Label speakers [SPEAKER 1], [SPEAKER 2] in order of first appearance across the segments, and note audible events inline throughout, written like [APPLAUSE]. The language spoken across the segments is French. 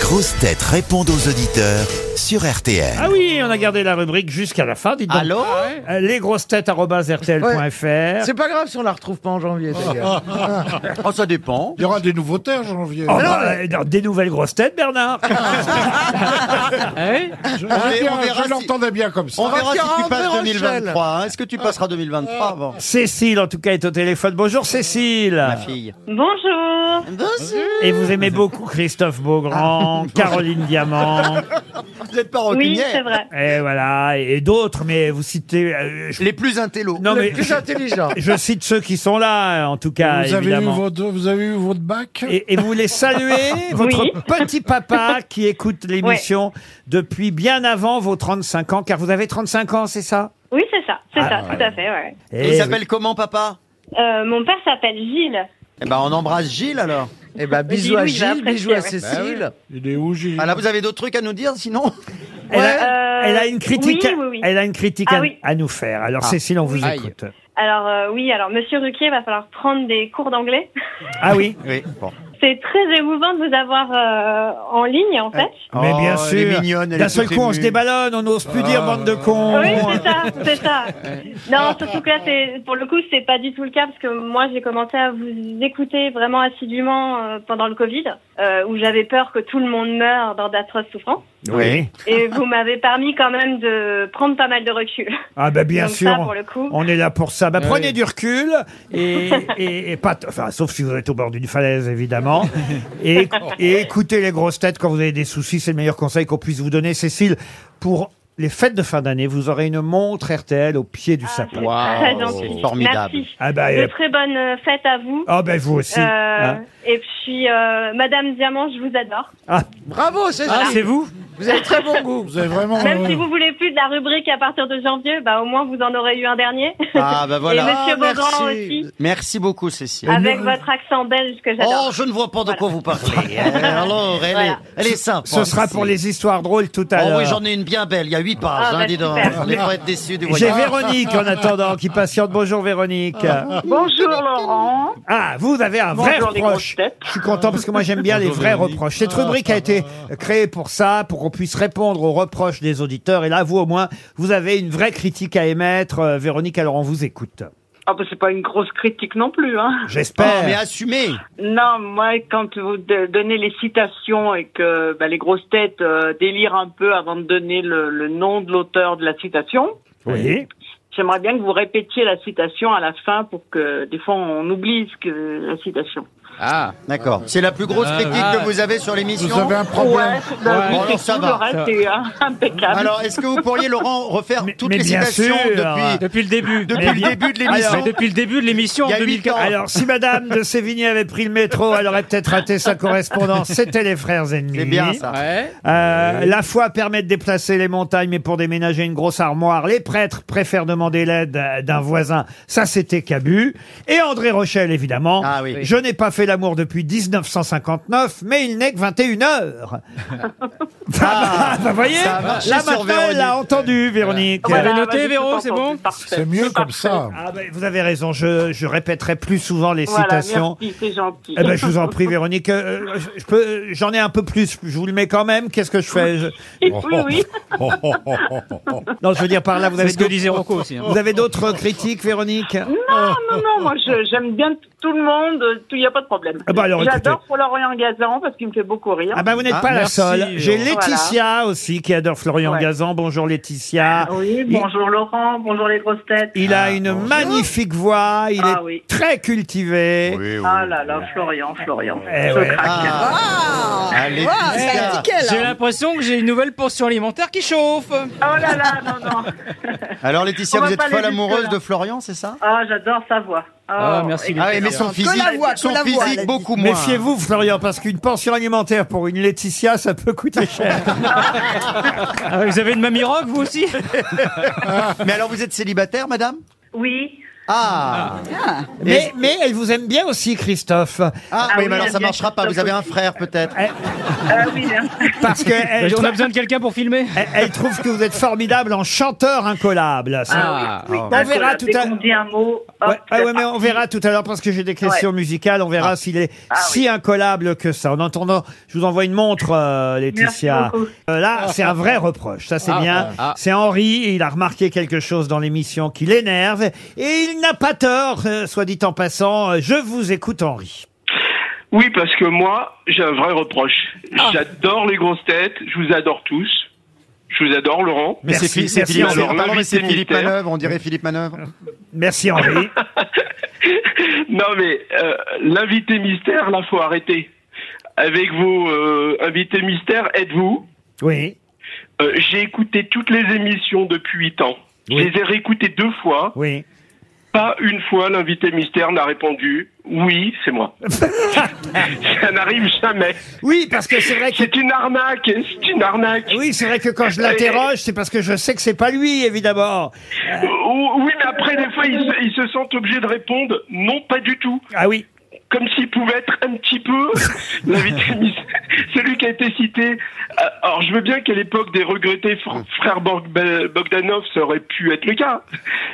[SPEAKER 1] grosses têtes répondent aux auditeurs sur RTL.
[SPEAKER 2] Ah oui, on a gardé la rubrique jusqu'à la fin, dites donc.
[SPEAKER 3] Allô
[SPEAKER 2] Euh, lesgrossetêtes.rtl.fr
[SPEAKER 3] [LAUGHS] C'est pas grave si on la retrouve pas en janvier, d'ailleurs.
[SPEAKER 4] Oh, ça dépend.
[SPEAKER 5] Il y aura des nouveautés en janvier.
[SPEAKER 2] Oh,
[SPEAKER 4] Ah,
[SPEAKER 2] bah, euh, non, des nouvelles grosses têtes, Bernard
[SPEAKER 5] je je-
[SPEAKER 4] on verra
[SPEAKER 5] je
[SPEAKER 4] si-
[SPEAKER 5] l'entendais bien comme ça.
[SPEAKER 4] On
[SPEAKER 2] Ah,
[SPEAKER 4] verra si
[SPEAKER 3] Tiens,
[SPEAKER 4] tu
[SPEAKER 3] on
[SPEAKER 4] passes
[SPEAKER 3] verra,
[SPEAKER 4] 2023. hein. Est-ce que tu passeras 2023 avant
[SPEAKER 2] Cécile, en tout cas, est au téléphone. Bonjour, Cécile
[SPEAKER 4] Ma fille.
[SPEAKER 6] Bonjour.
[SPEAKER 2] Et vous aimez beaucoup Christophe Beaugrand, [LAUGHS] Caroline Diamant,
[SPEAKER 4] Vous êtes pas
[SPEAKER 6] Oui,
[SPEAKER 4] roquinière.
[SPEAKER 6] c'est vrai.
[SPEAKER 2] et voilà, et d'autres, mais vous citez... euh, je-
[SPEAKER 4] Les plus intellos.
[SPEAKER 2] Non,
[SPEAKER 3] Le
[SPEAKER 2] mais
[SPEAKER 3] plus
[SPEAKER 2] je,
[SPEAKER 3] intelligent.
[SPEAKER 2] je cite ceux qui sont là, en tout cas,
[SPEAKER 5] vous, avez eu
[SPEAKER 2] Ah, évidemment.
[SPEAKER 5] votre, vous avez eu votre bac
[SPEAKER 2] Et, et vous voulez saluer votre
[SPEAKER 6] [LAUGHS] Oui.
[SPEAKER 2] petit papa qui écoute l'émission depuis bien avant vos 35 ans, car vous avez 35 ans, c'est ça
[SPEAKER 6] Oui, c'est ça. C'est
[SPEAKER 2] Ah,
[SPEAKER 6] ça, tout à fait, ouais.
[SPEAKER 4] Et
[SPEAKER 2] Eh
[SPEAKER 4] il s'appelle comment, papa
[SPEAKER 6] Euh, mon père s'appelle Gilles.
[SPEAKER 4] Eh ben, on embrasse Gilles alors.
[SPEAKER 2] Mm.
[SPEAKER 3] Eh ben, bisous
[SPEAKER 6] Dis-lui,
[SPEAKER 3] à
[SPEAKER 6] il va
[SPEAKER 3] Gilles,
[SPEAKER 6] apprécier,
[SPEAKER 3] bisous à
[SPEAKER 6] ouais.
[SPEAKER 3] Cécile.
[SPEAKER 5] Il est où, Gilles
[SPEAKER 4] Ah, là, vous avez d'autres trucs à nous dire sinon
[SPEAKER 2] oui. elle, a,
[SPEAKER 6] Euh,
[SPEAKER 2] elle a une critique,
[SPEAKER 6] oui, oui, oui.
[SPEAKER 2] Elle a une critique
[SPEAKER 6] Ah
[SPEAKER 2] à,
[SPEAKER 6] oui.
[SPEAKER 2] à nous faire.
[SPEAKER 4] Ah.
[SPEAKER 2] Alors Cécile, on vous
[SPEAKER 3] Aïe.
[SPEAKER 2] écoute.
[SPEAKER 6] Alors euh, oui, alors Monsieur Ruquier va falloir prendre des cours d'anglais.
[SPEAKER 2] Ah oui,
[SPEAKER 4] Oui, bon.
[SPEAKER 6] C'est très émouvant de vous avoir euh, en ligne, en fait.
[SPEAKER 2] mais
[SPEAKER 4] Oh,
[SPEAKER 2] bien
[SPEAKER 4] Elle est
[SPEAKER 2] sûr.
[SPEAKER 4] mignonne. elle
[SPEAKER 2] D'un
[SPEAKER 4] est
[SPEAKER 2] seul
[SPEAKER 4] toute
[SPEAKER 2] coup, on
[SPEAKER 4] émue. Ah.
[SPEAKER 2] se déballonne, on n'ose plus dire bande de cons.
[SPEAKER 6] Oui, c'est ça,
[SPEAKER 2] [LAUGHS]
[SPEAKER 6] c'est ça. Non, surtout que là, c'est pour le coup, c'est pas du tout le cas parce que moi, j'ai commencé à vous écouter vraiment assidûment euh, pendant le Covid, euh, où j'avais peur que tout le monde meure dans d'atroces souffrances.
[SPEAKER 4] Oui.
[SPEAKER 6] Et vous m'avez permis quand même de prendre pas mal de recul.
[SPEAKER 2] Ah ben bien
[SPEAKER 6] Donc
[SPEAKER 2] sûr.
[SPEAKER 6] ça, pour le coup.
[SPEAKER 2] On est là pour ça. Bah,
[SPEAKER 3] Ah
[SPEAKER 2] prenez
[SPEAKER 3] oui.
[SPEAKER 2] du recul et, et, et pas, t- enfin, sauf si vous êtes au bord d'une falaise évidemment. Et, et écoutez les grosses têtes quand vous avez des soucis. C'est le meilleur conseil qu'on puisse vous donner, Cécile. Pour les fêtes de fin d'année, vous aurez une montre RTL au pied du sapin.
[SPEAKER 6] C'est
[SPEAKER 4] Waouh,
[SPEAKER 6] très gentil.
[SPEAKER 4] Ah, c'est formidable.
[SPEAKER 6] Merci.
[SPEAKER 2] Ah bah, euh,
[SPEAKER 6] De très bonnes euh, fêtes à vous.
[SPEAKER 2] ah ben vous aussi.
[SPEAKER 6] Euh,
[SPEAKER 2] hein.
[SPEAKER 6] Et puis, euh, Madame Diamant, je vous adore.
[SPEAKER 3] Bravo, Cécile.
[SPEAKER 2] Ah, c'est vous
[SPEAKER 3] Vous avez très bon goût.
[SPEAKER 5] Vous avez vraiment.
[SPEAKER 6] Même
[SPEAKER 5] euh,
[SPEAKER 6] si vous voulez plus de la rubrique à partir de janvier, bah au moins vous en aurez eu un dernier.
[SPEAKER 4] Ah, bah
[SPEAKER 6] Et
[SPEAKER 4] voilà.
[SPEAKER 6] Monsieur
[SPEAKER 4] Ah,
[SPEAKER 6] Beaugrand
[SPEAKER 4] merci.
[SPEAKER 6] aussi,
[SPEAKER 4] Merci beaucoup, Cécile.
[SPEAKER 6] avec votre accent belge que
[SPEAKER 4] Oh,
[SPEAKER 6] j'adore.
[SPEAKER 4] je ne vois pas de quoi vous
[SPEAKER 6] [LAUGHS]
[SPEAKER 4] parlez. Euh, Alors, elle,
[SPEAKER 6] Voilà.
[SPEAKER 4] est, elle est simple. hein,
[SPEAKER 2] Ce sera pour les histoires drôles tout à
[SPEAKER 4] Oh
[SPEAKER 2] l'heure.
[SPEAKER 4] oui, j'en ai une bien belle. Il y a huit pages,
[SPEAKER 6] Ah,
[SPEAKER 4] hein,
[SPEAKER 6] bah,
[SPEAKER 4] dis donc.
[SPEAKER 6] super.
[SPEAKER 4] Allez pas être déçus du
[SPEAKER 2] J'ai
[SPEAKER 4] voyage. Oh,
[SPEAKER 2] Véronique en attendant qui patiente. Bonjour Véronique.
[SPEAKER 4] Ah,
[SPEAKER 7] Bonjour Laurent.
[SPEAKER 2] Ah, vous avez un vrai
[SPEAKER 7] Bonjour les grosses
[SPEAKER 2] reproche.
[SPEAKER 7] têtes.
[SPEAKER 2] Je suis content parce que moi j'aime bien les vrais reproches. Cette
[SPEAKER 4] Ah,
[SPEAKER 2] rubrique a été créée pour ça, pour qu'on puisse répondre aux reproches des auditeurs. Et là, vous au moins, vous avez une vraie critique à émettre. Euh, Véronique, alors on vous écoute.
[SPEAKER 7] Ah bah c'est pas une grosse critique non plus. Hein.
[SPEAKER 4] Oh,
[SPEAKER 2] J'espère.
[SPEAKER 4] mais assumez.
[SPEAKER 7] Non, moi quand vous de- donnez les citations et que bah, les grosses têtes euh, délirent un peu avant de donner le, le nom de l'auteur de la citation,
[SPEAKER 2] oui.
[SPEAKER 7] j'aimerais bien que vous répétiez la citation à la fin pour que des fois on oublie ce que, la citation.
[SPEAKER 4] D'accord. C'est la plus grosse
[SPEAKER 2] Euh,
[SPEAKER 4] critique que vous avez sur l'émission.
[SPEAKER 5] Vous avez un
[SPEAKER 7] Ouais,
[SPEAKER 5] problème.
[SPEAKER 7] bah, oui,
[SPEAKER 4] Bon, alors,
[SPEAKER 7] c'est
[SPEAKER 4] ça
[SPEAKER 7] tout,
[SPEAKER 4] va,
[SPEAKER 7] le reste est hein, impeccable.
[SPEAKER 4] Alors, est-ce que vous pourriez, Laurent, refaire
[SPEAKER 2] Ah, Mais-
[SPEAKER 4] toutes
[SPEAKER 2] mais
[SPEAKER 4] les
[SPEAKER 2] bien
[SPEAKER 4] citations
[SPEAKER 2] sûr. hein.
[SPEAKER 8] Depuis
[SPEAKER 4] depuis,
[SPEAKER 8] le début.
[SPEAKER 4] depuis
[SPEAKER 8] Mais
[SPEAKER 4] le
[SPEAKER 8] bien-
[SPEAKER 4] début de
[SPEAKER 8] Alors,
[SPEAKER 4] l'émission
[SPEAKER 8] depuis le début de l'émission
[SPEAKER 4] Il y
[SPEAKER 8] en
[SPEAKER 4] a huit
[SPEAKER 8] 2014.
[SPEAKER 4] ans.
[SPEAKER 2] Alors, si Madame de Sévigné avait pris le métro, elle aurait peut-être raté sa correspondance. C'était les frères ennemis.
[SPEAKER 4] C'est bien ça.
[SPEAKER 2] Euh, La foi permet de déplacer les montagnes, mais pour déménager une grosse armoire, les prêtres préfèrent demander l'aide euh, d'un voisin. Ça, c'était Cabu. Et André Rochelle, évidemment.
[SPEAKER 4] Ah oui.
[SPEAKER 2] Je n'ai pas fait l'amour depuis 1959, mais il n'est que 21 heures. Ah, bah, vous voyez,
[SPEAKER 4] ça a marché
[SPEAKER 2] là
[SPEAKER 4] sur
[SPEAKER 2] maintenant, elle
[SPEAKER 4] Véronique.
[SPEAKER 2] l'a entendu, Véronique.
[SPEAKER 8] Vous l'avez
[SPEAKER 7] Voilà,
[SPEAKER 8] noté,
[SPEAKER 7] bah, j'ai tout
[SPEAKER 8] Véro, c'est
[SPEAKER 7] entendu,
[SPEAKER 8] bon
[SPEAKER 7] parfait.
[SPEAKER 5] C'est mieux comme
[SPEAKER 7] parfait.
[SPEAKER 5] ça.
[SPEAKER 2] Ah, bah, vous avez raison, je, je répéterai plus souvent les
[SPEAKER 7] Voilà,
[SPEAKER 2] citations.
[SPEAKER 7] merci, c'est gentil.
[SPEAKER 2] Eh ben, je vous en prie, Véronique. Euh, euh, je- je peux, j'en ai un peu plus. Je vous le mets quand même. Qu'est-ce que je fais Je-
[SPEAKER 7] Oui, oui.
[SPEAKER 2] Non, je veux dire par là, vous
[SPEAKER 8] C'est
[SPEAKER 2] avez
[SPEAKER 8] ce que
[SPEAKER 2] d'autres-
[SPEAKER 8] disait Rocco aussi. hein.
[SPEAKER 2] Vous avez d'autres critiques, Véronique
[SPEAKER 7] Ah, Non, non, moi je- j'aime bien t- tout le monde, il n'y a pas de problème.
[SPEAKER 2] Ah bah alors, écoutez.
[SPEAKER 7] J'adore Florian Gazan parce qu'il me fait beaucoup rire.
[SPEAKER 2] Ah ben vous n'êtes
[SPEAKER 4] Ah,
[SPEAKER 2] pas
[SPEAKER 8] merci,
[SPEAKER 2] la seule. J'ai
[SPEAKER 8] Laurent.
[SPEAKER 2] Laetitia aussi qui adore Florian
[SPEAKER 7] Ouais.
[SPEAKER 2] Gazan. Bonjour Laetitia.
[SPEAKER 7] Ah oui, bonjour Laurent, bonjour les grosses têtes.
[SPEAKER 2] Il a une magnifique voix, il
[SPEAKER 7] Ah
[SPEAKER 2] est
[SPEAKER 7] oui.
[SPEAKER 2] très cultivé.
[SPEAKER 7] Ah là là, Florian, Florian.
[SPEAKER 2] Eh
[SPEAKER 7] Je
[SPEAKER 2] ouais.
[SPEAKER 7] craque.
[SPEAKER 4] Ah, allez,
[SPEAKER 8] J'ai l'impression que j'ai une nouvelle portion alimentaire qui chauffe.
[SPEAKER 7] Oh là là, non, non.
[SPEAKER 4] Alors, Laetitia,
[SPEAKER 7] On va
[SPEAKER 4] vous êtes
[SPEAKER 7] pas
[SPEAKER 4] folle
[SPEAKER 7] aller
[SPEAKER 4] amoureuse
[SPEAKER 7] jusque-là.
[SPEAKER 4] de Florian, c'est ça
[SPEAKER 7] Ah, j'adore sa voix. Oh.
[SPEAKER 8] Ah, merci.
[SPEAKER 4] Ah oui, mais
[SPEAKER 8] Laetitia.
[SPEAKER 4] son physique,
[SPEAKER 3] voix, que
[SPEAKER 4] son
[SPEAKER 3] la voix, elle a
[SPEAKER 4] physique
[SPEAKER 3] dit.
[SPEAKER 4] beaucoup moins.
[SPEAKER 2] Méfiez-vous Florian parce qu'une pension alimentaire pour une Laetitia ça peut coûter
[SPEAKER 7] [LAUGHS]
[SPEAKER 2] cher.
[SPEAKER 8] Ah, vous avez une mamie rock, vous aussi
[SPEAKER 4] Mais alors, vous êtes célibataire, madame
[SPEAKER 7] Oui.
[SPEAKER 4] Ah,
[SPEAKER 2] Mais, mais elle vous aime bien aussi, Christophe.
[SPEAKER 4] ah,
[SPEAKER 7] Ah
[SPEAKER 4] oui,
[SPEAKER 7] oui,
[SPEAKER 4] mais alors
[SPEAKER 7] elle
[SPEAKER 4] ça
[SPEAKER 7] vient
[SPEAKER 4] marchera pas. Vous avez un frère peut-être.
[SPEAKER 7] Ah oui, hein. [LAUGHS]
[SPEAKER 2] Parce que elle,
[SPEAKER 8] On a besoin de quelqu'un pour filmer
[SPEAKER 2] elle- elle trouve que vous êtes formidable en chanteur incollable. Ça,
[SPEAKER 8] Ah,
[SPEAKER 7] oui,
[SPEAKER 2] on
[SPEAKER 7] parce que
[SPEAKER 2] verra
[SPEAKER 7] dès
[SPEAKER 2] tout à-
[SPEAKER 7] qu'on dit un mot, hop,
[SPEAKER 2] Ouais, ah
[SPEAKER 7] c'est
[SPEAKER 2] ouais, mais on verra tout à l'heure parce que j'ai des questions musicales. On verra s'il est
[SPEAKER 7] Ah
[SPEAKER 2] si incollable que ça. En entendant, je vous envoie une montre, euh, Laetitia.
[SPEAKER 7] beaucoup.
[SPEAKER 2] Euh, là, c'est un vrai reproche. Ça, c'est
[SPEAKER 4] Ah,
[SPEAKER 2] bien. C'est Henri. et Il a remarqué quelque chose dans l'émission qui l'énerve. Et il n'a pas tort, euh, soit dit en passant. Euh, Je vous écoute, Henri.
[SPEAKER 9] Oui, parce que moi, j'ai un vrai reproche. J'adore les grosses têtes, je vous adore tous. Je vous adore, Laurent.
[SPEAKER 4] Mais c'est Philippe, c'est
[SPEAKER 2] merci,
[SPEAKER 4] Philippe,
[SPEAKER 2] Henri.
[SPEAKER 9] Laurent.
[SPEAKER 4] pardon, mais c'est
[SPEAKER 9] L'invité
[SPEAKER 4] Philippe
[SPEAKER 9] militaire.
[SPEAKER 4] Manœuvre, on dirait Philippe Manœuvre.
[SPEAKER 2] Merci,
[SPEAKER 4] [LAUGHS]
[SPEAKER 2] Henri.
[SPEAKER 9] Non, mais euh, l'invité mystère, là, faut arrêter. Avec vos euh, invités mystères, êtes-vous
[SPEAKER 2] Oui,
[SPEAKER 9] Euh, J'ai écouté toutes les émissions depuis 8 ans. Je les ai réécoutées deux fois.
[SPEAKER 2] oui.
[SPEAKER 9] Pas une fois, l'invité mystère n'a répondu « Oui, c'est moi ». Ça n'arrive jamais.
[SPEAKER 2] Oui, parce que c'est vrai que
[SPEAKER 9] C'est une arnaque, c'est une arnaque.
[SPEAKER 2] oui, c'est vrai que quand je l'interroge, c'est parce que je sais que c'est pas lui, évidemment.
[SPEAKER 9] Oh, Oui, mais après, des fois, ils se, ils se sentent obligés de répondre non, pas du tout.
[SPEAKER 2] Ah oui.
[SPEAKER 9] Comme s'ils pouvaient être un petit peu
[SPEAKER 5] [LAUGHS]
[SPEAKER 9] l'invité mystère. Celui qui a été cité. euh, Alors, je veux bien qu'à l'époque des regrettés fr- frères Bog- Bogdanov, ça aurait pu être le cas.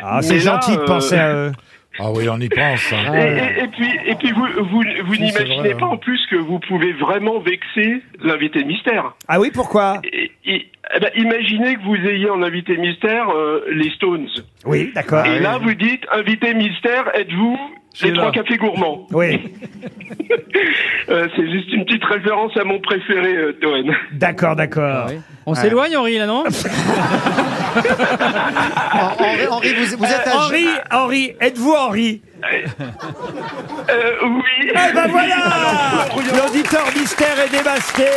[SPEAKER 2] Ah,
[SPEAKER 9] Mais
[SPEAKER 2] c'est
[SPEAKER 9] là,
[SPEAKER 2] gentil de
[SPEAKER 9] euh,
[SPEAKER 2] penser à eux.
[SPEAKER 5] Ah oui, on y pense. hein.
[SPEAKER 9] Et, et- et puis, et puis vous, vous, vous
[SPEAKER 5] Si, c'est vrai,
[SPEAKER 9] n'imaginez pas
[SPEAKER 5] hein.
[SPEAKER 9] en plus que vous pouvez vraiment vexer l'invité mystère.
[SPEAKER 2] Ah oui, pourquoi
[SPEAKER 9] Et- et- eh ben, imaginez que vous ayez en invité mystère euh, les Stones.
[SPEAKER 2] Oui, d'accord.
[SPEAKER 5] Ah
[SPEAKER 9] et là, vous dites, invité mystère, êtes-vous les trois cafés gourmands
[SPEAKER 2] Oui,
[SPEAKER 9] Euh, C'est juste une petite référence à mon préféré, euh, Toen.
[SPEAKER 2] d'accord, d'accord.
[SPEAKER 8] On s'éloigne, Henri, là, non
[SPEAKER 4] Henri, Henri, vous, vous êtes
[SPEAKER 2] Euh,
[SPEAKER 4] à...
[SPEAKER 2] Henri, Henri, êtes-vous Henri
[SPEAKER 9] Euh, oui.
[SPEAKER 2] Eh ben voilà L'auditeur mystère est démasqué